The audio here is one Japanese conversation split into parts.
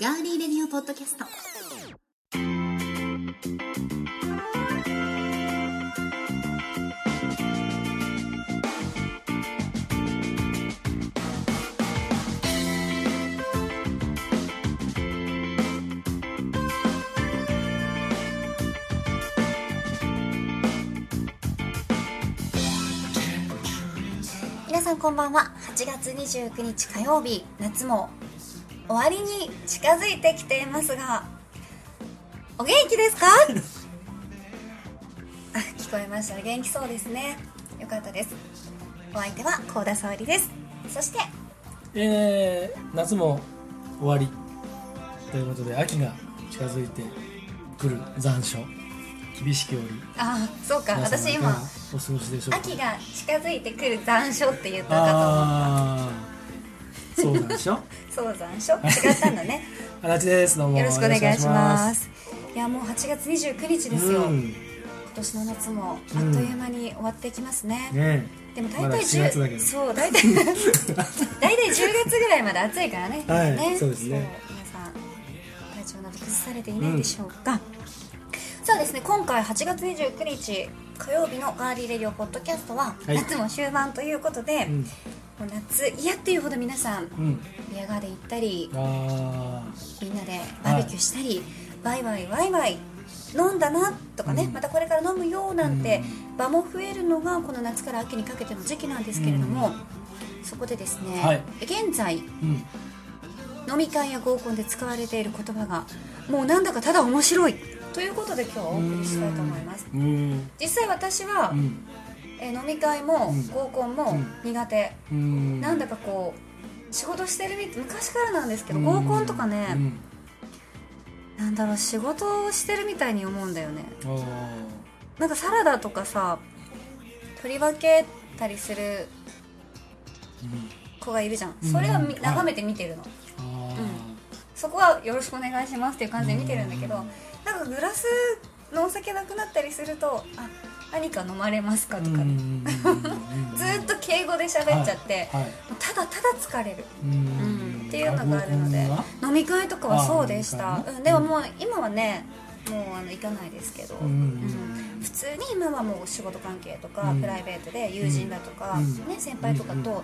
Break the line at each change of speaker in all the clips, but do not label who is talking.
ガーリーレディオポッドキャスト皆さんこんばんは8月29日火曜日夏も終わりに近づいてきていますがお元気ですか あ聞こえました元気そうですねよかったですお相手は甲田沙織ですそして
えー、夏も終わりということで秋が近づいてくる残暑厳しきおり
ああそうか
皆様
私
いかが
今
お過ごしでしょうか
秋が近づいてくる残暑って言ったか
ああそうなんで しょ
と思ったそう残暑違ったんだ ね
足立ですどうも
よろしくお願いしますい
す
やもう8月29日ですよ、
うん、ね
今年の夏もあっという間に終わってきますね、
え
でも
ま
大
だ
体
4月だけど
そう大体 大体10月ぐらいまで暑いからね,、
はい
ね
そうですね
そう皆さん体調など崩されていないでしょうか、さあですね今回8月29日火曜日のガーリーレディオポッドキャストは、
はい
夏も終盤ということで、
う
も
ん
う夏嫌っていうほど皆さん
うん
ビアガーデン行ったり
ああ
みんなでバーベキューしたり、ワイワイワイワイ飲んだなとかね、
うん
またこれから飲むよなんて場も増えるのがこの夏から秋にかけての時期なんですけれども、そこでですね、
はい
現在
うん
飲み会や合コンで使われている言葉がもうなんだかただ面白いということで今日はお送りしたいと思います
うん
実際私は、
うん
えー飲み会も
うん
合コンも苦手、
うん
なんだかこう仕事してるみ昔からなんですけど
うん
合コンとかね、
うん
なんだろう仕事をしてるみたいに思うんだよね
おー
なんかサラダとかさ取り分けたりする
うん
子がいるじゃん、
うん
それをみ
はい
眺めて見てるの、
あー
そこはよろしくお願いしますっていう感じで見てるんだけど、
うん
なんかグラスのお酒なくなったりするとあ何か飲まれますかとか
うん
ね、
うんうん
ずーっと敬語で喋っちゃって、
はいはい
もうただただ疲れる、
う
うん
ん
っていうのがあるので
合コンは
飲み会とかはそうでした
あ、ー
うん、でももう今はねもうあの行かないですけど、
うん
うん普通に今はもう仕事関係とか、
うん
プライベートで友人だとか、
うん
ね、先輩とかと、
うん
ま
は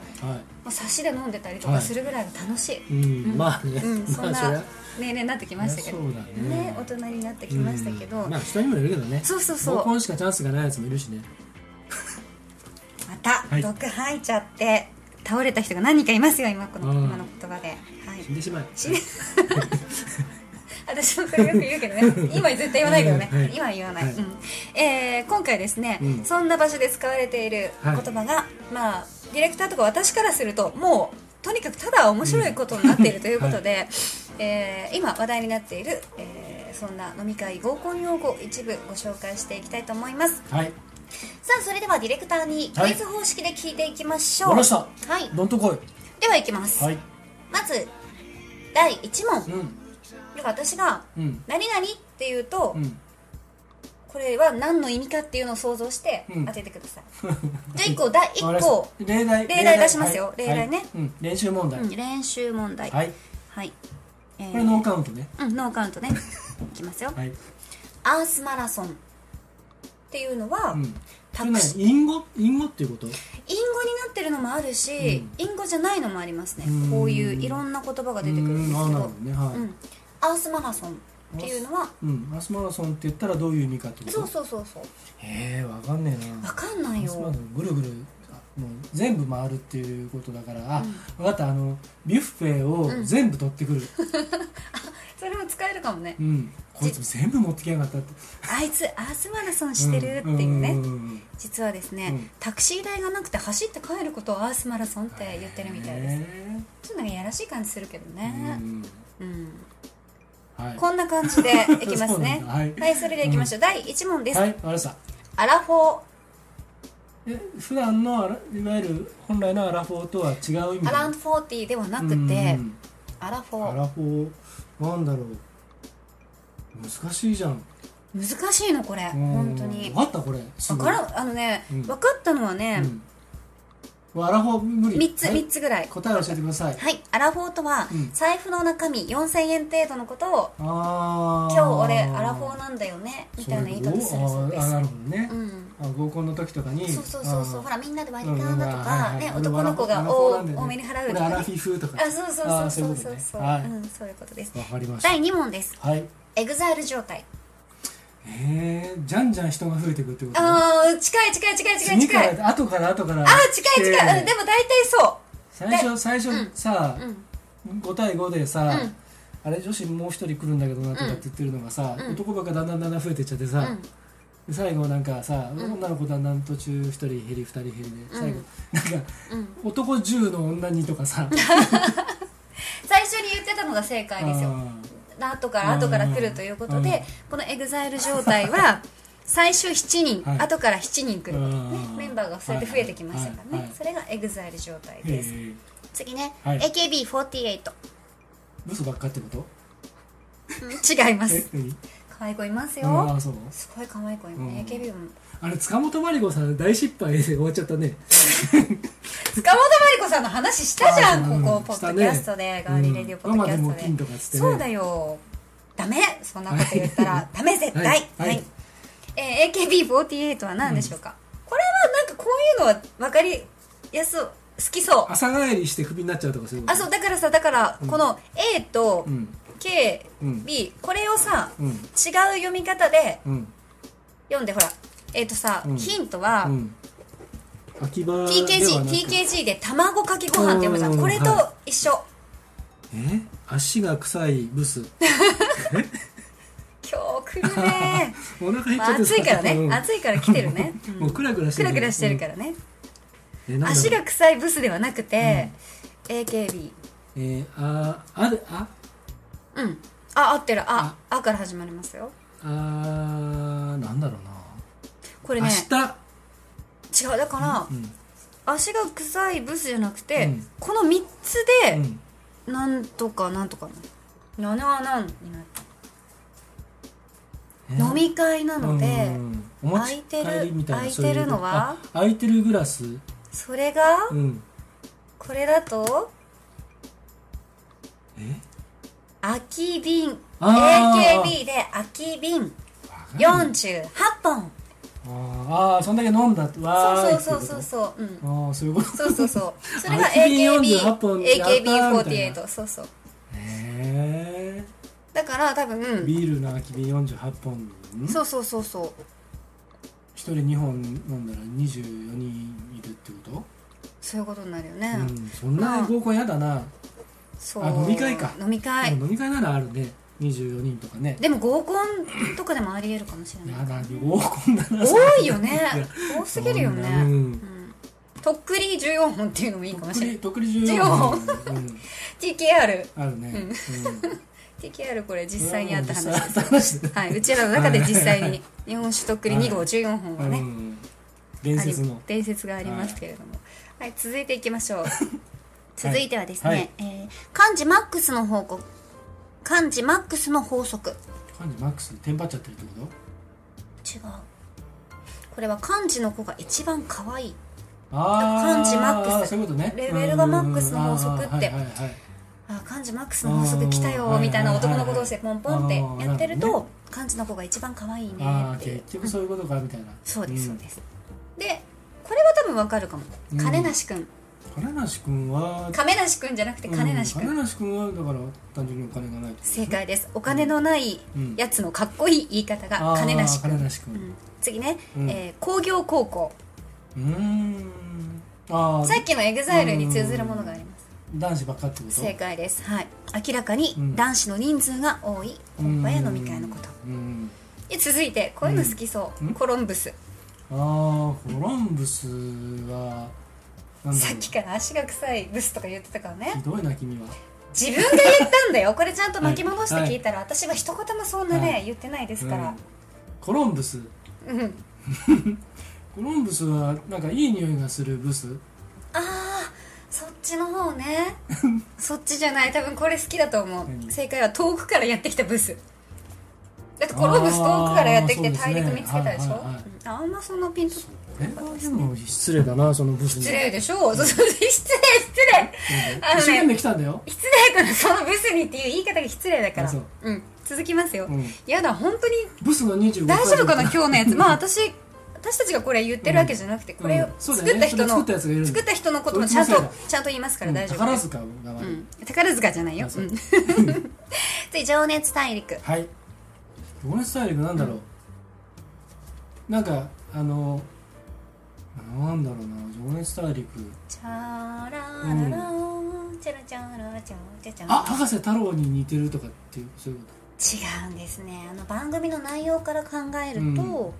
あ、差しで飲んでたりとかするぐらいが楽しい、
い、うん
うん
まあね、
うん、そ
ま
ん
あそり
な
ゃ
年齢になってきましたけど、
そうだね
ね大人になってきましたけど、
うんまあ人にもよるけどね
そうそうそう
合コンしかチャンスがないやつもいるしね
また
はい
毒吐いちゃって倒れた人が何人かいますよ今この
うん
今の言葉で、はい、
死んでしまえ
死ね私もそれよく言うけど ね今は絶対言わないけどね、
うんはい
今は言わない、
はい
うんえー今回ですね、
うん
そんな場所で使われている言葉が、まあディレクターとか私からするともうとにかくただ面白いことになっているということで、えー今話題になっている、えーそんな飲み会合コン用語を一部ご紹介していきたいと思います
はい
さあそれではディレクターにクイズ方式で聞いていきましょう
わかりました
はい
どんとこ
ではいきます、
いはい
まず第1問
うん
なんか私が
う
「
ん
何々」って言うと、
うん
これは何の意味かっていうのを想像して
うん
当ててください、じゃあ1個第
わか
1
りま
個
し、た例題
例題出しますよ例題ね
はいうん、練習問題、
うん練習問題、
はいい
はいえー
これノーカウントね
うん、ノーカウントねいきますよ、
はい、
アースマラソンっていうのは、
うん、
た
これ
く
ね
し
隠語隠語っていうこと
隠語になってるのもあるし、隠語じゃないのもありますね
うん
こういういろんな言葉が出てくるんで
う
す
あ
け
なる
ど
ほどねはい、
うん、アースマラソンっていうのは
うん、アスマラソンって言ったらどういう意味かってこと
そうそうそうそう
へえわかんねえな
わかんない
アスマラ
よ
ソンぐるぐるあもう全部回るっていうことだから、あ分かったあのビュッフェを全部取ってくる
それも使えるかもね
うん、こいつ全部持ってきやがったって
あいつアースマラソンしてるっていうね、
んんんん
実はですね、
うん
タクシー代がなくて走って帰ることをアースマラソンって言ってるみたいです、
へ
ちょっとなんかやらしい感じするけど
えう
ね、
ん
うん
はい
こんな感じでいきま
そ
す
うなん
ね
だはい
はいそれでいきましょう、第1問です、
はいわかりました
アラフォ
え普段のあらいわゆる本来のアラフォーとは違う意味
ーアラウン
フ
ド40ではなくて、
うん
アラフ
ア
ォー
ラフォーなんだろう難しいじゃん
難しいのこれ
うん
本当に
分かったこれす
わ
ぐ
からんあのね、
うん
分かったのはね、
うんもうアラフォー無理
3つ、
はい
三つぐらい
答えを教えてください
はいアラフォーとは、
うん
財布の中身4000円程度のことを
ああ
今日俺アラフォーなんだよねみたいな言い方するそうで
あ
す
なるほどね
う、ん
あ合コンの時とかに
そうそうそうそう
あー
ほらみんなで割り勘だと
うんうんうんはいは
か
い
ね
俺
男の子
ア
が
ラフォーな
多
んだよ
め
ね
に払うと
俺アラ
か
フ
ね
ィフとか
あそうそう
あー
そうそう
そ
そうそ
いううことね
う
はい
うんそういうことです
わかりました
第2問です
はい
エグザイル状態
えー、じゃんじゃん人が増えてくってこと
ああ近い近い近い近い
次
近
か
い
ら後から後から
あー近い近い、うん、で
も
も大体そ
最初最
うん
初さ
う、、うん、
5対5でさ、
うん
あれ女子もう一人来るんだけどなとかって言ってるのがさ、
うん
男ばっかだんだんだんだん増えてっちゃってさ、
うん
で最後なんかさ、
ん
女の子だんだん途中1人減り2人減りで最後、
うん
なんか
うん、
男10の女にと かさ
最初に言ってたのが正解ですよ後から後から来るということ
うん
でこのエグザイル状態は最初7人、
はい
後から7人来る、ね
うん
メンバーがそうやって増えてきましたからね、
はいはいはい
それがエグザイル状態
あーへ
です
え
次ね、
はい
AKB48
ブスばっかってこと
うん違いま
え
す
何
可愛い子います
あ
よ
あそう
すごい可愛い子います、
うん
AKB も
あれ塚本真理子さん大失敗で終わっちゃったね
塚本真理子さんの話したじゃ
あーうん
んここポ
した
ッ
ね
ドキャストで、ガーリーレディオポッドキャス
うんママでも
トで、
金とかっつってね
そうだよダメそんなこと言った
はい
らダメ絶対
は
はいい、
はい
えー AKB48 は何でしょうか、これはなんかこういうのは分かりやす好きそう
朝帰りしてクビになっちゃうとかそういうこと
あそうだからさだからこの A と
うん
KB、
うん
これをさ、
うん
違う読み方で
うん
読んでほらえっ、とさ、
うん
ヒントは、
うん秋葉ではなく
TKG, TKG で卵かけご飯って読むじゃ
うんん
これと一緒、
え足が臭い ブス
今日来るね、
お腹 減っち
ま
ゃ
あ、
って
暑いからね
うん
暑いから来てるね、
もうクラクラして
ク
る、
ラクラしてるかららね、
うんえなんだろう
足が臭いブスではなくて、AKB
えー、ああであ
うんあ合ってるああから始まりますよ
あーなんだろうな、
これ
明
ね
日
違うだから、
うん
足が臭いブスじゃなくて、
うん
この3つ
う
で、
ん
なんとかなんとかな7は何になる
えー
飲み会なので、
うんお持ち帰りみた
空
いな
いてる
そういう
空いてるのは
あ空いてるグラス
それが
うん
これだと
え
空き瓶
あー
AKB で空き瓶
あ
48本
ーあーそんだけ飲んだわー
そそ
いう
うそうそうそうう
って
ん
ことああそういうこと
そうそうそうそれが
空き瓶
AKB
48本やったーみたいな
AKB48 そうそう
へ
だから多
え
分
ビールの空き瓶48本1
そうそうそうそう
人2本飲んだら24人いるってこ
そういうことになるよ
と、
ね
うんそんな合コンやだな、
そう
あ飲み会か
飲み会
でも飲み会ならあるね24人とかね
でも合コンとかでもありえるかもしれな
や
い
だ合コンだな
多いよ ね
いや
多すぎるよね
そんな
う
うん
んとっくり14本っていうのもいいかもしれない
とっくり14本、うん、
TKR
あるね、
うん
うん
TKR これ実際にあった
実際
話
あった話だ
はいうちらの中で実際に日本酒とっくり2号14本はね、
うん伝説
あ
の
り伝説がありますけれども、はい続いていきま しょう続いてはですね、
はい
えー漢字マックスの報告漢字マックスの法則違う
漢字マックステンパっちゃってるってこ
これは漢字の子が一番可愛い
とああ
漢字マックス
そういうことね
レベルがマックスの法則って
うんうんうんあーはいはいはい
あー漢字マックスの法則来た
あー
よみたいな男の子同士でポンポンってやってる
あーなるほど
と漢字の子が一番可愛いね
ああ
っていう
結局そういうことかみたいな、
そうですそ
ん
うです、でこれは多分わかるかも
うん
金梨くん、
金梨君は
亀梨くんじゃなくて金梨くん、
うん金梨君はだから単純にお金がないってこと
正解ですお金のない
うん
やつのかっこいい言い方
あ
が
ー
金梨くん、
金梨くん
うん次ね、
うん
えー工業高校
うーんああ
さっきのエグザイルに通ずるものがあります
男子ばっかってこと
正解ですはい明らかに
うん
男子の人数が多い本場や飲み会のこと
うん
で続いてこういうの好きそう、
うん
コロンブス
ああコロンブスはなんだろう
さっきから足が臭いブスとか言ってたからね
ひどいな君は
自分が言ったんだよこれちゃんと巻き戻して聞いたら、私は一言もそんなね、
はい
言ってないですから、
コロンブス
うん
コロンブスはなんかいい匂いがするブス
ああそっちの方 ねそっちじゃない多分これ好きだと思う
何
正解は遠くからやってきたブスだってコロンブス
あー
遠くからやってきて
そうです
大
ね
陸見つけたでしょ
はいはいはい
うんあんまそんなピンと
れはでも失礼だなそのブスに
失礼でしょう失礼失礼あのね
一生懸命来たんだよ、
失礼からそのブスにっていう言い方が失礼だから
あそう
うん続きますよ、
うん、
やだ本当に
ブスの25
大丈夫かな今日のやつまあ
あ
私私たちがこれ言ってるわけじゃなくて、これを
そうだ
作
よ
った
ね
人
それ作
の、
ったやつがいるんだ
作った人のことも
そ
ちゃ
い
ん
つの
と
せいだ
ちゃんと言いますから大丈夫、
宝塚が悪
う
い、
ん、宝塚じゃないよ
あそう
う ん次情熱大陸
はい情熱大陸なんだろう、なんかあのなんだろうな情熱大陸
チャラララーチャラチャラチャチャチャ
あ博士太郎に似てるとかっていうそういうこ
違うんですねあの番組の内容から考えると、
うん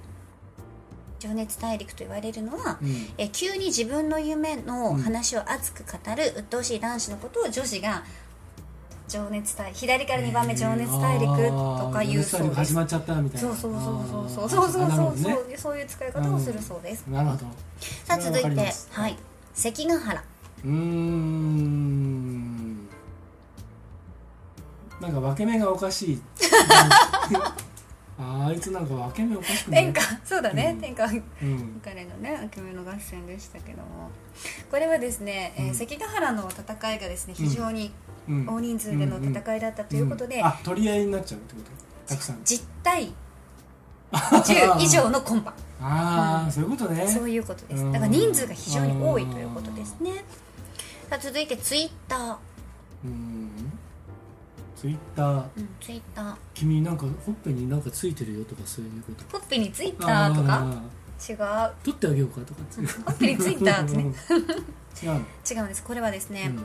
情熱大陸と言われるのは
と、うん
え急に自分の夢の話を熱く語る鬱陶しい男子のことを女子が情熱大左から2番目情熱大陸とか言う
あー情熱大
そう
陸
で
始
す
まっちゃったみたいな
そうそうそうそうそう
あ
そう
ー
そう
なる
そ
ほ
う
どね
そうそういう使い方をするそうです、
なるほど
さあ続い
それはわかり
て
ます
はい関ヶ原
うーんなんか分け目がおかし いあーあいつなんか分け目おかしくない
天下そうだね、
うん
天下
うん
彼のね秋の合戦でしたけどもこれはですね、えー
うん
関ヶ原の戦いがですね
うん
非常に
うん
大人数での戦いだったということで、
んあ取り合いになっちゃうってことたくさん
実 対10以上のコンパ
ああ、そういうことね
そういうことです
うん
だから人数が非常に多いということですねさあ続いてツイッター、
うんツイッター
うん、ツイッター
君なんかほっぺになんかついてるよとかそういうこ
ほ
と
っぺにツイッターとか
あ
違う
ー取ってあげようかとか ほ
っぺについたってね
違うの、
違うんですこれはですね、
うん
ね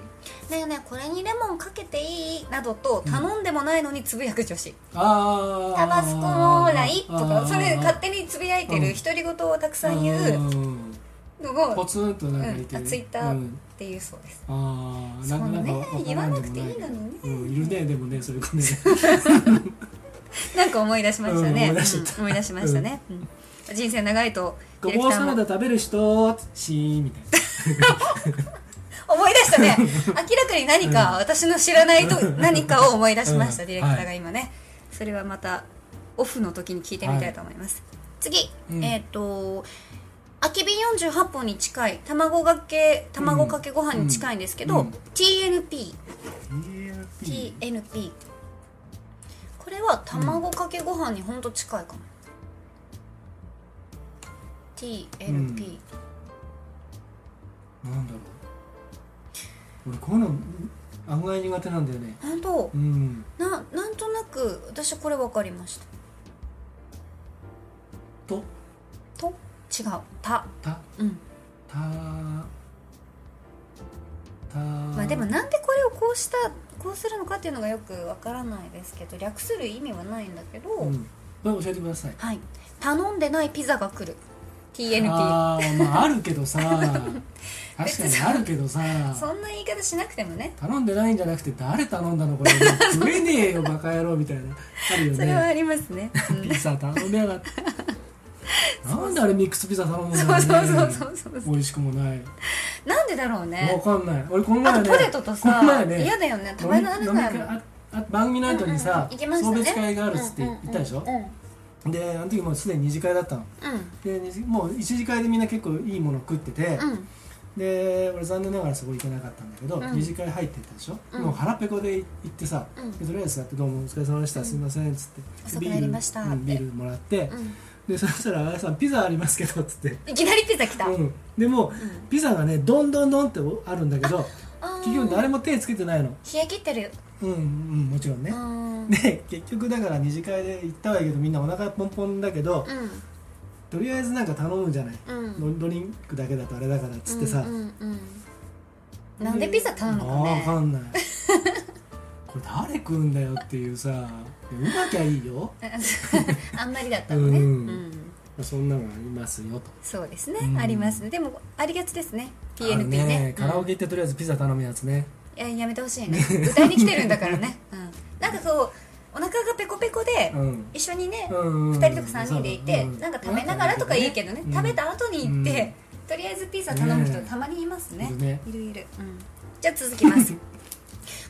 えねえこれにレモンかけていいなどと頼んでもないのにつぶやく女子、
あー
タバスコもないと
あ
か
ー
それ勝手につぶやいて
う
る
ん
独り言をたくさん言う
うん
の
ポ
をっ
ツンとなんかいて
う
る、
んあツイッター
うん
ていうそうです
ああ
そんなね
わかん
言わなくていい
でも
のにね
けどうん、いるねでもねそういう子ね
なんか思い出しましたね、
うん思い出しちゃった
うん思い出しましたね、うん人生長いとディレク
ごぼう
タ
サ
ー
ラ
も
ダ食べる人シーンみたいな
思い出したね 明らかに何か、
うん
私の知らないと何かを思い出しました、
うん
ディレクターが今ね、それはまたオフの時に聞いてみたいと思います、次、
うん
えっ、と空き瓶48本に近い卵がけ卵かけご飯に近いんですけど、
うんうん
TNP
TNP
TNP これは卵かけご飯にほんと近いかも、
う
TNP
んなんだろう俺こういうの案外苦手なんだよね
本当
うん
ななんとなく私これ分かりました
と
と違うた
た
うん
たた
まあでもなんでこれをこうしたこうするのかっていうのがよく分からないですけど略する意味はないんだけど、
うん、これ教えてください
はい頼んでないピザが来る TNP
あーまああるけ どさ確かにあるけどさ
そんな言い方しなくてもね
頼んでないんじゃなくて誰頼んだのこれ食えねえよバカ野郎みたいなあるよ
それは
ね
ありますね、うん
ピザ頼んでな かったなんであれミックスピザ頼んだの
そうそうそう
う
そうそう
美味しくもない
なんでだろう
わ
ね
かんない俺この
あ
前
と
ね
ポテトとさ
この前ね
嫌だよね食べられ
飲み
ない
飲み
もん
会ああ番組の後にさ、
うんうん行きました
送
ね
別会があるっつって言ったでしょ、
うんうんうん
であの時もうすでに二次会だったので二次もう一次会でみんな結構いいもの食ってて、
うんうん
で俺残念ながらそこ行けなかったんだけど、
うん
二次会入ってったでしょ、
うん
もう腹ペコで行ってさ、
うん
でとりあえずやって「どうもお疲れ様でした、すいません」っつって
遅く
ビ
な
ー
り
ル
ましたって
うんビールもらって、
うん
でそしたら「あやさんピザありますけど」っつって、
いきなりピザ来た、
うん、でも
ん
ピザがねどんどんどんってあるんだけど
あー
結局誰も手つけてないの
冷え切ってる
うんうんもちろんね、
うん
で結局だから二次会で行ったはいいけどみんなお腹ポンポンだけど、とりあえずなんか頼むじゃない、
うんうん
ドドリンクだけだとあれだからっつってさ、
うんうんうんなんでピザ頼むのか
わか
ね
んない これ誰食うんだよっていうさうまきゃいいよ
あんまりだったのね、う
うんんそんなのありますよと
そうですね、
うん
ありますねでもありがちですね
あの
PNP ね
カラオケ行ってとりあえずピザ頼むやつね、
うんいややめてほしいね歌いに来てるんだからね、うん、なんかこうお腹がペコペコで
うん
一緒にね、
うん
2人とか3人でいて、
そううん
なんか食べながらとかいいけどね、
うん
食べた後に行って、とりあえずピザ頼む人たまにいますね
いるね
いるいる、うん、じゃあ続きます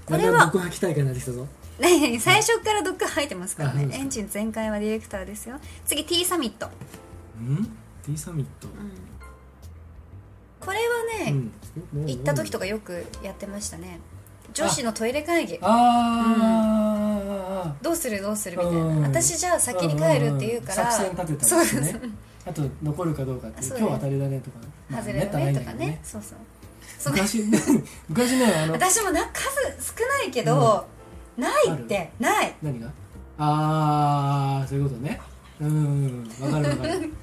これ
だんだん
は
毒吐き大会になってきたぞ
何々 最初から毒吐いてますから
あそう
ね
です
エ
か
ンジン全開はディレクターですよ次 T サミット
うん T サミット、
うんこれはね、
うん
行った時と
か
かよくやってましたね女子のトイレ会議
あ
どうするどうするみたいな、
うん
私じゃあ先に帰るって言うから、
んん作戦立てた
そ
ん
う
です
そう
ねあと残るかどうかっていう
そうね
今日当たりだねとか、まあ
外れ
めった
る
ない
ねと
んだ
か
けど
ねそうそうその
昔 昔ねあの
私もな数少ないけど、ないってない
何がああそういうことねうんわかるわ かる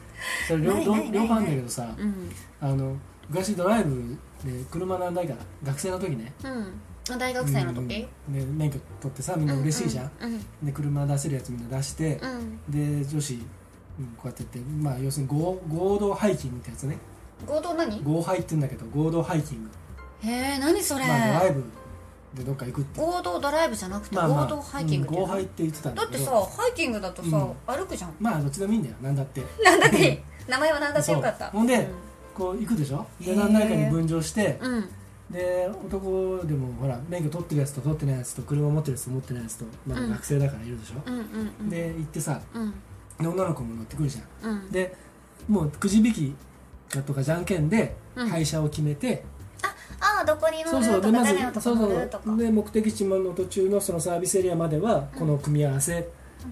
それ両
ない
両
ないない
両方あんだけどさ
うん、
あの昔ドライブで車何台か学生の時ね
うん、大学生の時、
うんで免許取ってさみんな嬉しいじゃん、
うん
で車出せるやつみんな出して
う、ん、
で女子うんこうやってやって、まあ、要するに合合同ハイキングってやつね
合同何
合ハイって言うんだけど合同ハイキング、
へえ何それ、
まあ、ドライブでどっか行くって
合同ドライブじゃなくて
まあまあ
合同ハイキングっ
う
てい
ん
う
合
の、
ハイって言ってたん
だ
だ
っ
け
て
ど
さハイキングだとさ、
うん
歩くじゃん
まあどっちでもいいんだよなんだって
なんだっけ名前はなんだってよかった
そうほんでこう行くでしょで何台か
へ
に
ー
分乗して
うん、うん
で男でもほら免許取ってるやつと取ってないやつと車持ってるやつと持ってないやつと、まあ、
うん
学生だからいるでしょ、
うんうん
で行ってさ
うん
で女の子も乗ってくるじゃん
うん
でもうくじ引きかとかじゃんけんで
うん
廃車を決めて、
ああどこに乗るとか
でまず
誰のとこ
そう
乗ると
そ
か
うで目的地の途中のそのサービスエリアまではこの組み合わせ、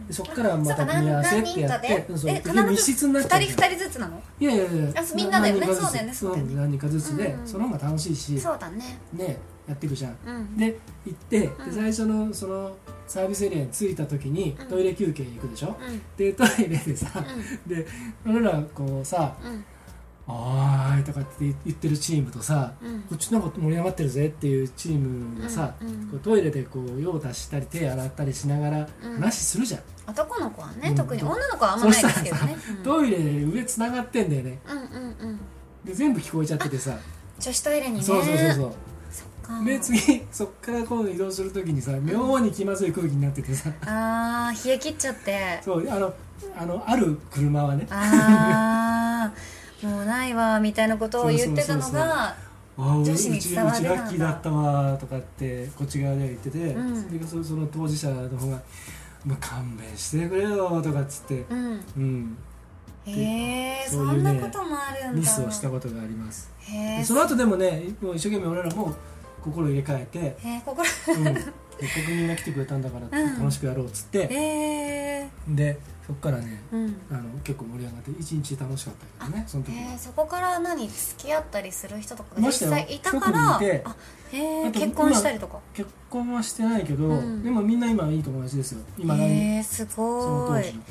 でそこからまた
そうか
組み合わせってやって
何人かで
うんそう
え
結局密
必
室になっちゃ
2
う
人2人ずつなの
いやいやいや
あみんなだよね
何人かずつ
そうだよねそうだよね
何人かずつで、
うんうん
その方が楽しいし
そうだね
ねやっていくじゃん
うん
で行ってで
うん
最初のそのサービスエリアに着いた時に
うん
トイレ休憩行くでしょ、
うん
でトイレでさ、で俺らこうさ
うん
「おーい」とかって言ってるチームとさ
うんうん
こっちなんか盛り上がってるぜっていうチームがさ、
うんうん
こうトイレでこう用足したり手洗ったりしながら
うん
話するじゃん、
男の子はね、
うん
特に女の子はあんまないですけどね
トイレ上つながってんだよね
うんうんうんうん
で全部聞こえちゃっててさ、
女子トイレにね
そうそうそうそう
そっか
で次そっから今度移動するときにさ妙に気まずい空気になっててさ
あー冷え切っちゃって
そうあのあのある車はね
あーもうないわみたいなことを言ってたの
そうそうそう
が
あ
女
俺
子
うち
に伝
うち
わ
ラ
らなかった
ッキーだったわとかってこっち側では言ってて、
うん
でそその当事者の方が「まあ、勘弁してくれよ」とかっつって、
うん
うん、
へえそ
そうい
ん
うね
なこともあるんだ
ミスをしたことがあります、
へ
で
え
その後でもねもう一生懸命俺らも心入れ替えて、
へえここら
うん、せっかくみんな来てくれたんだから
うん
楽しくやろうっつって、
へえ
でそっからね
うん
あの結構盛り上がって一日楽しかったけどねその時
へえそこから何付き合ったりする人とかが実
いましたよ
際いたから
近くにいて
あへえ
あと
結婚したりとか
結婚はしてないけど、
うん
でもみんな今いい友達ですよ今何人
へえす
その当
ご
時
い
の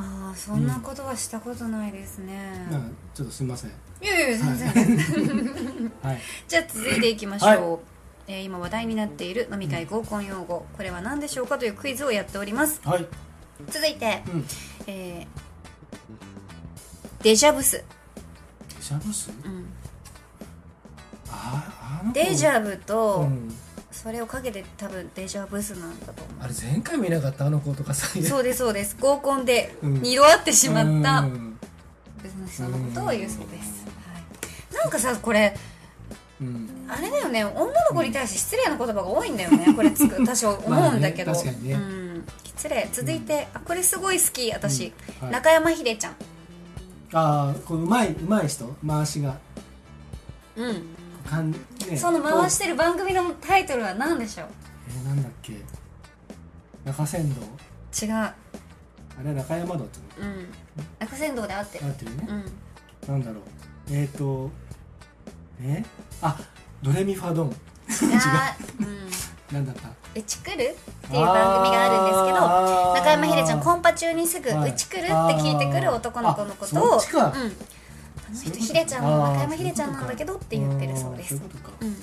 ああそんなことはしたことないですね
なんかちょっとすみません
いやいや全然
はい
じゃあ続いていきましょう、えー今話題になっている飲み会合コン用語これは何でしょうかというクイズをやっております
はい
続いて、
うん
えーデジャブス、
シャブス
うん
ああの子
デジャブと、
うん
それをかけて多分デジャブスなんだと思う
あれ前回もいなかったあの子とかさ
そうですそうです合コンで
うん
二度会ってしまった
うん
別の人のことを言うそうです、はい、なんかさこれ
うん
あれだよね女の子に対して失礼な言葉が多いんだよねこれ つく多少思うんだけど、
まあね確かにね
うん、失礼続いて、あこれすごい好き私、
うんはい
中山秀ちゃん
ああこううまいうまい人回しが
うん
かん、ね、
その回しててる番組のタイトルは何でしょう
えー、なんだっけ中山道
違う
あれ中山道ってい
う
う
ん中山道で会ってる
の合ってるね
うん
なんだろうえっ、ー、とえあドレミファドン
違う、うん、
なんだったっ
うち来るっていう番組があるんですけど中山秀ちゃんコンパ中にすぐ「
はいう
ち来る?」って聞いてくる男の子のことを「
あそっちか
うん、あの人秀ちゃんの中山秀ちゃんなんだけど」って言ってるそうです
そういうことか
うん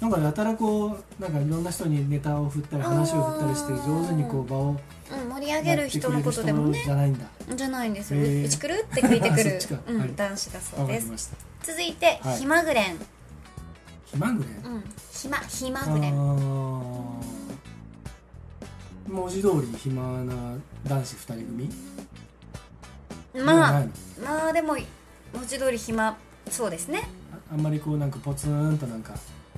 なんかやたらこうなんかいろんな人にネタを振ったり話を振ったりして
あー
上手にこう場を
うん、盛り上げる人のことでもね
じゃないんだ
じゃないんですよ、
へー
うち来るって聞いてく
そっ
る
ちか
うん
はい
男子だそ
わ
う
か
で
り
す
ました
続いて、
はい
ひまぐれん、
ひまぐれ
うん、ひまひま
あ
ぐれん
ー文字通り暇な男子二人組
ま
な
あ
いの
まあでも文字通り暇そうですね
ああんまりこうなんかポツンとなんか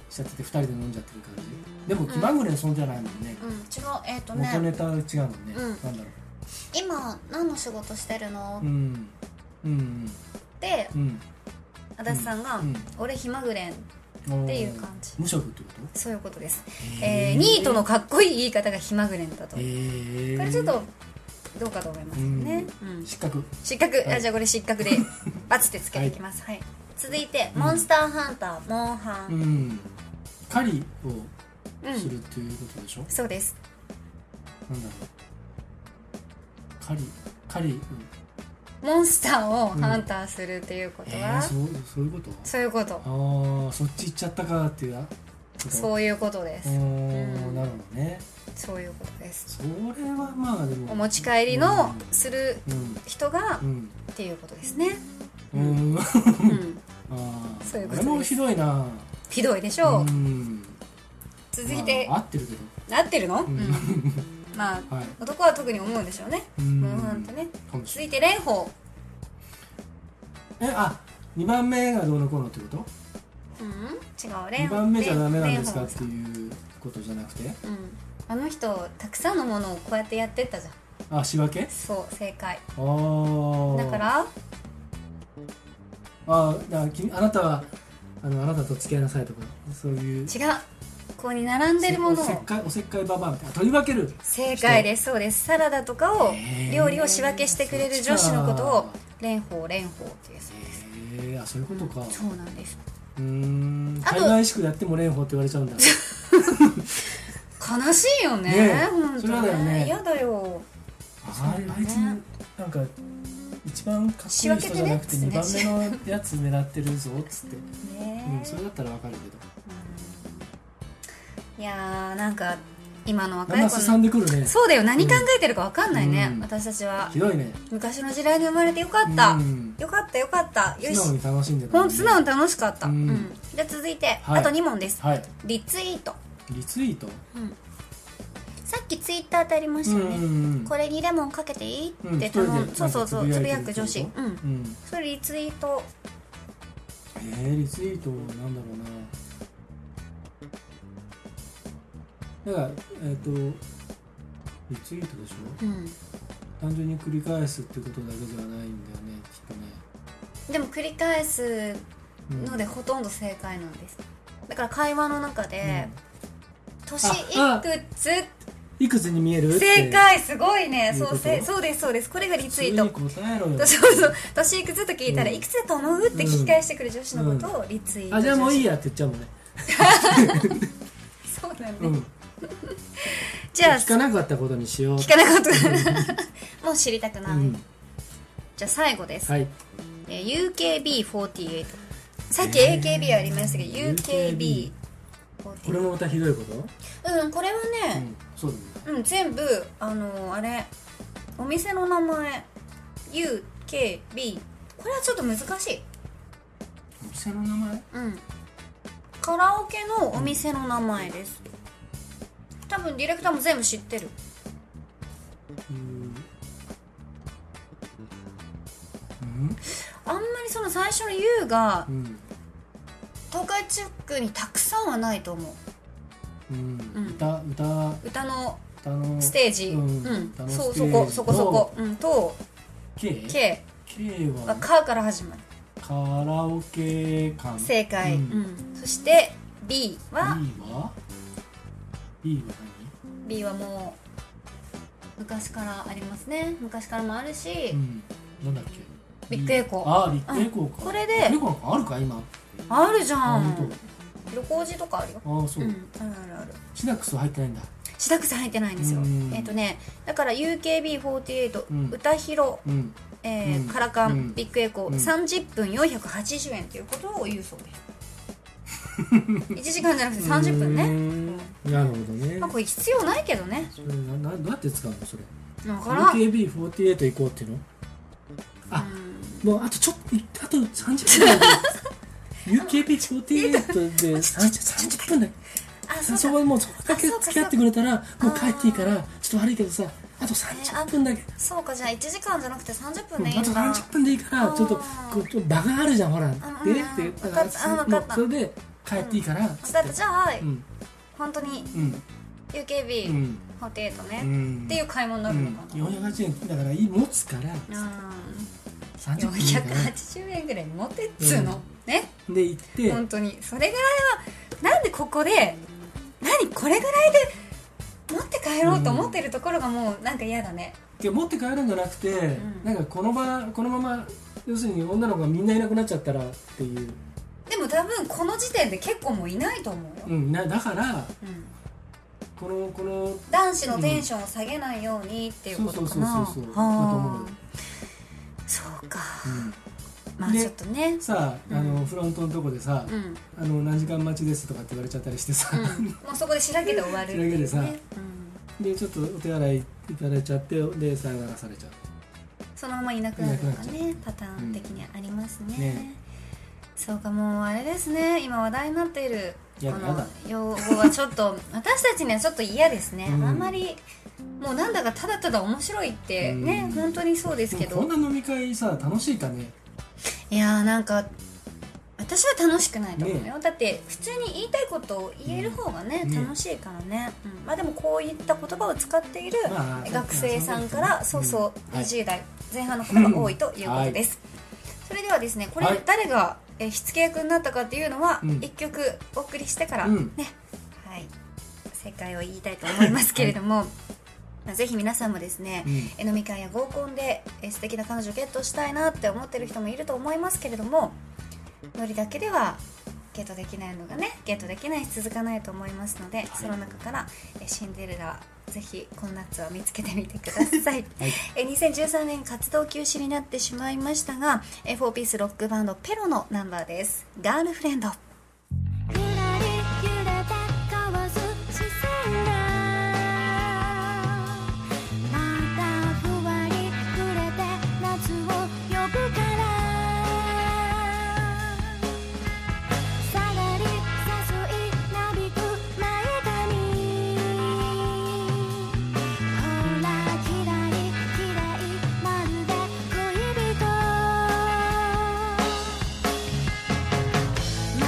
しちゃってて二人で飲んじゃってる感じでも気まぐれそんじゃないもんね、
うん違うえっ、と
元ネ
ね
タは違うもんね、
うん
なんだろ
今何の仕事してるの
う、うん、うんうん
って
うん
足立さんが
うん
「俺ひまぐれん」っていう感じ
おー無職ってこと
そういうことです、
へ
えーニートのかっこいい言い方がひまぐれんだと
え
こ
ー、
れちょっとどうかと思いますよね、
う
うんん、
失格
失格、
はい
あじゃあこれ失格 でバツでつけていきます、はい続いて、
うん
モンスターハンターモンハ
う
ン、
ん狩りを
うん
するっていうことでしょ、
そうです
なんだろう狩り狩り、うん、
モンスターをハンターするっていうこと
えー、
は、
そうそういうこと
そういうこと
ああそっち行っちゃったかっていうなこと
そういうことです、
おー
うん
なるほどね
そういうことです
それはまあでも
お持ち帰りの
うん
する
うん
人が
うん
っていうことですね、
うん、 あ
うん、
あ
そういうこと
これもひどいな
ひどいでしょう、
ん
続いて、
まあ合ってるけど
合ってるの、うん
ん
まあ
はい
男は特に思うんでしょうね
うん
モンハンってね
かもし
続
れ
いて蓮舫、
ないえあ二番目がどうのこうのってこと
うん、違う蓮
二番目じゃダメなんですかっ
蓮舫さ
て
ん
いうことじゃなくて
うん、あの人たくさんのものをこうやってやってったじゃん
あ仕分け
そう正解
ああ
だから
あだから君あなたはあのあなたと付き合いなさいとかそうい
違
う
うここに並んでるもの
おせっ
を
かいおせっかいババアみたいな取り分ける
正解ですそうですサラダとかを
へー
料理を仕分けしてくれる女子のこと
そっ
を
ちか
蓮舫蓮舫っていうそうです
へえあそういうことか
そうなんです
うーん
あと
海外しくやっても蓮舫って言われちゃうんだ
悲しいよね
ねえ
本
それ
当
はだよね
嫌だよ
ああいつなんか一番かっこいい人じゃなくて
仕分
二
け
番
て
目
ね
のやつ狙ってるぞっつって、
ね
うん、それだったらわかるけど
いやーなんか今の若
なん
い
か
子
すさ
の
んでくるね
そうだよ何考えてるか分かんないね、
うん
私たちは
ひどいね
昔の時代に生まれてよかった、
うん
よかったよかったよ
素
し
直に楽しんでた
ほ
もん
ん
ね
素直に楽しかった、
う
うんんじゃあ続いて、
はい
あと2問です、
はい
リツイート、
リツイート
さっきツイッターってありましたよね、
ん
これにレモンかけていい
うん
って頼む、
一人で
そうそうそ
な
うん
か
つぶ
つぶや
や
いて
く
る
女子
ってこ
うん
うん
それリツイート
えー、リツイートなんだろうなだからえっ、とリツイートでしょ
うん
単純に繰り返すってことだけではないんだよねきっとね、
でも繰り返す
うん、
のでほとんど正解なんですだから会話の中で、年い
あ
くつ
いくつに見えるって
正解すごいね
いう
そ
こと
うせそうですそうですこれがリツイート
普通に答えろよ
そうそう年いくつと聞いたら、
うん
いくつだと思うって聞き返してくる女子のことをリツイート
あじゃあもういい
や
やって言っちゃうもんね
そうなん
う
だ、
ん
じゃあ
聞かなかったことにしよう
聞かなかった もう知りたくない、
うん
じゃあ最後です、
はい
えー UKB48 さっき AKB ありましたけど、
UKB これ
UKB48
もまたひどいこと、
うんこれは
う
ね、
ん、そうだね
うん全部あのあれお店の名前 UKB これはちょっと難しい
お店の名前
うんカラオケのお店の名前です多分ディレクターも全部知ってる
うんうん
あんまりその最初の U が
うん
東海地区にたくさんはないと思
うん
うん
歌歌
う歌の
歌の
ステージ、
う
うんん、
歌の
そう
ステ
そ
ージ
こそこそこ、うん、と
K? K
K は
は
カから始まる
カラオケ館
正解、
う
うんんそして B は
B は B は
B はもう昔からありますね昔からもあるし
何、うん、なんだっけ
ビッグエコー
ああビッグエコーか、
うんこれで
ビッグエコーなんかあるか今
あるじゃ
あ
ん
本
旅行時とかあるよ
当ああそうう、
んあるあるある
シダックス入ってないんだ
シダックス入ってないんですよ
うん
えっ、とねだから UKB48、
うん
歌広、
うん
えー
うん
カラカン、
うん
ビッグエコー、
うん
30分480円ということを言うそう です1時間じゃなくて30分ね、
ねなるほどね
まあ、これ必要ないけどね
それななどうやって使うのそれ
だからん、
AKB48 行こうっていうのあ
うん
もうあとちょっとあと30分だ UKB48 で 30, 30分だよ
あ
そ
そうだ
こもうそこだけ
あそうか
付き合ってくれたらもう帰っていいか
あ
らちょっと悪いけどさあと30分だけ、
そうかじゃあ1時間じゃなくて30分
うん
でいい
あ
ん
と
だ
30分でいいから
あー
ちょっとこうちょっと場があるじゃんほらで
うんうん
って
わかったあわかった
それで帰っていいからつ
分
って
かったじゃあ、
うん
本当に
うん
UKB48
う
ね、
んうん
っていう買い物に
う
なるの
ん
かな、
480円だからいい持つから
うん
30分いいか
480円ぐらい持てっつうの、
うん
ね
なで行って
本当にそれぐらいはなんでここで何これぐらいで持って帰ろうと思ってるところがもうなんか嫌だね
で持って帰るんじゃなくて、
ん
なんかこの場このまま要するに女の子がみんないなくなっちゃったらっていう、
でも多分この時点で結構もういないと思うよ、
うん、なだから
うん、
このこの
男子のテンションを下げないようにっていうことかな、
そうそうそうそうそうだと思う
あ
よ
ーそうか
う
まあ
で
ちょっとね
ん、さああの、
うん
フロントのとこでさ、
うん、うん、
あの何時間待ちですとかって言われちゃったりしてさ、
もうそこでしらけで終わるっていう、ね、
しらけで
うん、
でちょっとお手洗いいただいちゃってでさよならされちゃう
そのままいなくなるとか
い
ねパターン的にありますね,、
うんね
そうかもうあれですね今話題になっているこ
やだや
の
だ
用語はちょっと私たちにはちょっと嫌ですね、
うん
あんまりもうなんだかただただ面白いってね、
うん
本当にそうですけ
でもこ
ど
んな飲み会さ楽しいかね
いやーなんか私は楽しくないと思うよ、
ね
だって普通に言いたいことを言える方がね、
うんね
楽しいからね、うんまあでもこういった言葉を使っている
まあ
学生さんから
そ
そうう
ですね
そう
うん
20代前半
はい
の方が多いということです、それではですねこれ
はい
誰がえー火付け役になったかっていうのは
うん
1曲お送りしてから
う
ね、
ん
はい正解を言いたいと思いますけれども、まあぜひ皆さんもですね、
うん
え飲み会や合コンでえー素敵な彼女をゲットしたいなって思ってる人もいると思いますけれどもノリだけではゲットできないのがねゲットできないし続かないと思いますので、その中からえーシンデレラぜひこの夏を見つけてみてください、
はい
えー2013年活動休止になってしまいましたがえー4ピースロックバンドペロのナンバーです「ガールフレンド」
「ゆらり揺れたかわす視線が」「またふわり触れて夏を呼ぶから」「さらり誘いなびく前髪」「ほらキラリキラリまるで恋人」「ま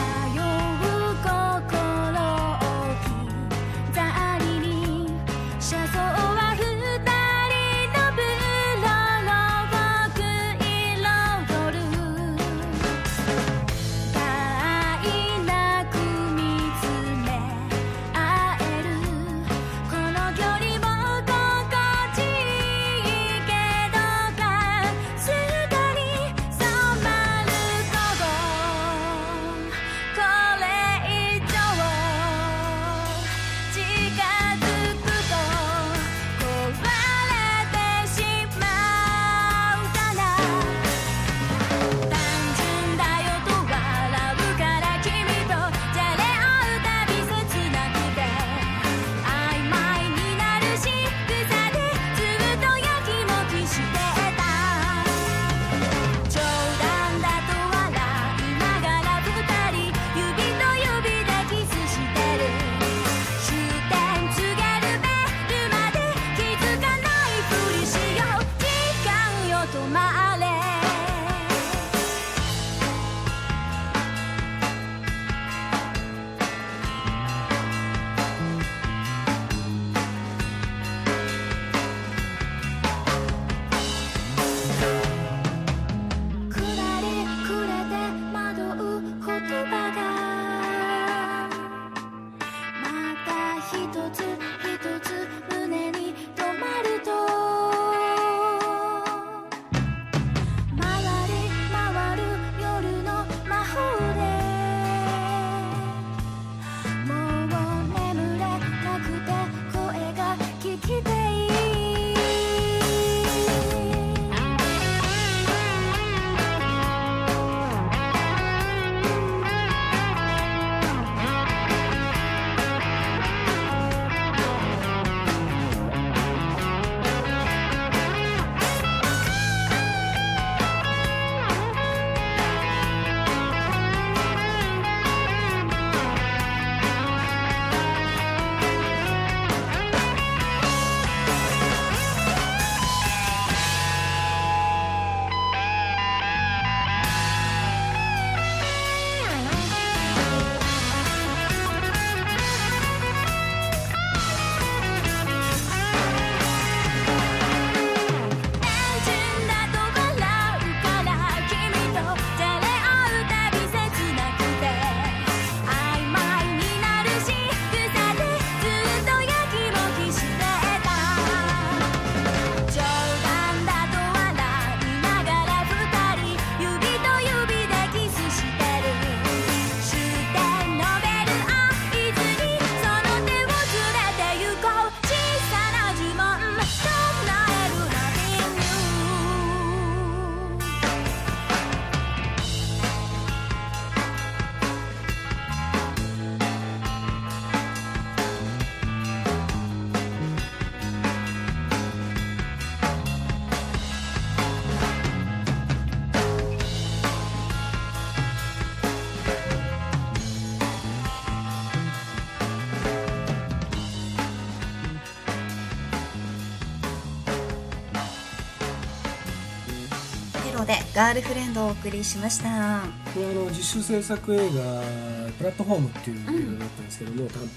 報で「ガールフレンド」をお送りしました
これあの実習制作映画「プラットフォーム」っていう映画だったんですけども、短編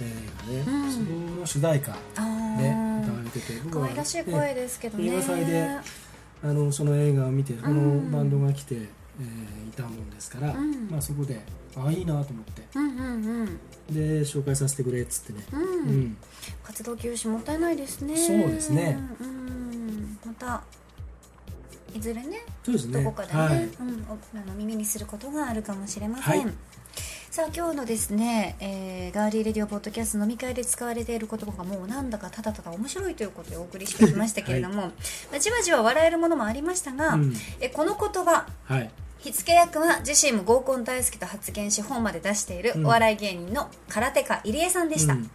映画ね、
うん
その主題歌
あー
で歌われてて僕
可
は
愛らしい声ですけどね
映画祭であのその映画を見てこの
うん
バンドが来て、えーいたもんですから、
ん
まあ、そこでああいいなと思って
うんうんうん
で紹介させてくれっつってね、
う、
うんん
活動休止もったいないですね
そうですね
うんまたいずれね
そうですね
どこかでね、
はい
うん、おあの耳にすることがあるかもしれません、
はい
さあ今日のですね、えーガーリーレディオポッドキャスト飲み会で使われている言葉がもうなんだかただただ面白いということでお送りしてきましたけれども、まあじわじわ笑えるものもありましたが、
うん
えこの言葉
はい
火付け役は自身も合コン大好きと発言し本まで出している
うん
お笑い芸人の空手家入江さんでした、
う
うんん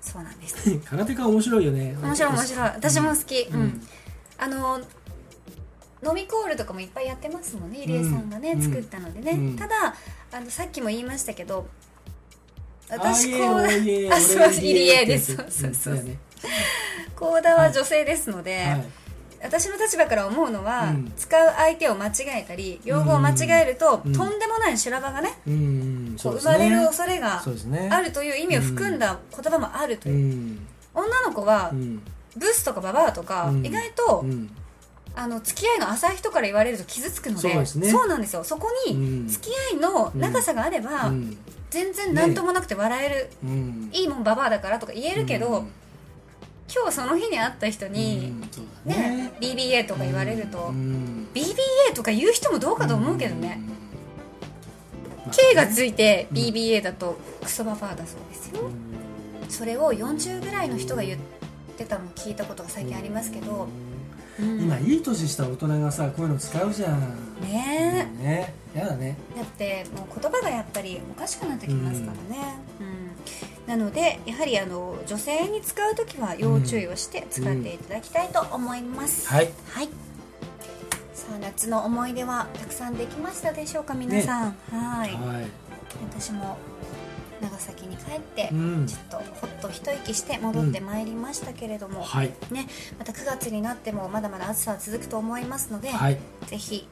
そうなんです
空手家面白いよね
面白い面白い私も好き、
う
うんんあの飲みコールとかもいっぱいやってますもんね
ん
入江さんがね、
うん
作ったのでね、
うん
ただあのさっきも言いましたけど
あ い
私
え
こう
おいえ
あすいません
俺
入江です
ってやつ
そうそうそ
ん
う
だよね
幸田は女性ですので、
はい
私の立場から思うのは、
うん
使う相手を間違えたり用語を間違えると、
うん
とんでもない修羅場がね、
うん
こ
そう
う
で
生ま
すね
れる恐れが
そうですね
あるという意味を含んだ言葉もあると
う
いう、
ん
女の子は、
うん
ブスとかババアとか、
うん
意外と、
うん
あの付き合いの浅い人から言われると傷つくので
そうですね
そうなんですよそこ
うん
に付き合いの長さがあれば、
うん
全然何ともなくて笑える、
うん
いいもんババアだからとか言えるけど、
うん
今日その日に会った人に、
うんそうだ
ね BBA とか言われると、
うん、
BBA とか言う人もどうかと思うけどね、
うん
K がついて BBA だとクソババアだそうですよ、
うん
それを40ぐらいの人が言ってたのを聞いたことが最近ありますけど、うん
今
ね
いい年した大人がさこういうの使うじゃん
え、
ねやだね
だってもう言葉がやっぱりおかしくなってきますからね、うんなのでやはりあの女性に使う時は要注意をして使っていただきたいと思います、
はい
はいさあ夏の思い出はたくさんできましたでしょうか皆さん、はい
はい
私も長崎に帰って、
うん
ちょっとほっと一息して戻ってまいりましたけれども、
はい
ね、また9月になってもまだまだ暑さは続くと思いますので、
はい
ぜひ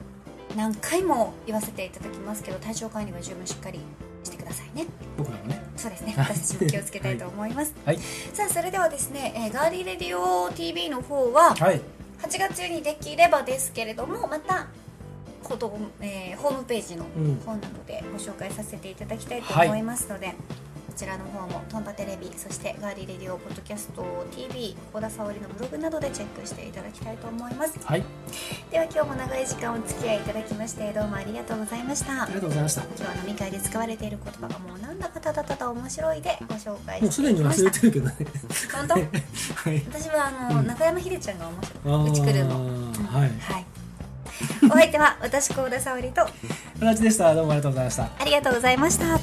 何回も言わせていただきますけど体調管理は十分しっかりしてくださいね
僕らもね
そうですね
はい
私たちも気をつけたいと思います、
はい
さあそれではですね、えーガーリーレディオ TV の方は
はい
8月にできればですけれどもまたこと、えーホームページの
うん
方などでご紹介させていただきたいと
はい
思いますので、こちらの方もトンパテレビそしてガーリーレディオポッドキャスト TV 小田沙織のブログなどでチェックしていただきたいと思います
はい
では今日も長い時間お付き合いいただきましてどうもありがとうございました
ありがとうございました
今日は飲み会で使われている言葉がもうなんだかただただ面白いでご紹介していただきました
もうすでに忘れてるけどね
本当
はい
私はあの、
うん
中山秀ちゃんが面
あ
白いうちくるの
ーはい
はいお相手は私高田沙織と
形でしたどうもありがとうございました
ありがとうございました